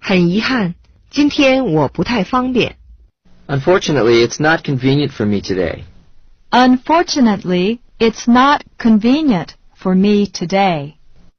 很遗憾，今天我不太方便。 Unfortunately, it's not convenient for me today. Unfortunately, it's not convenient for me today.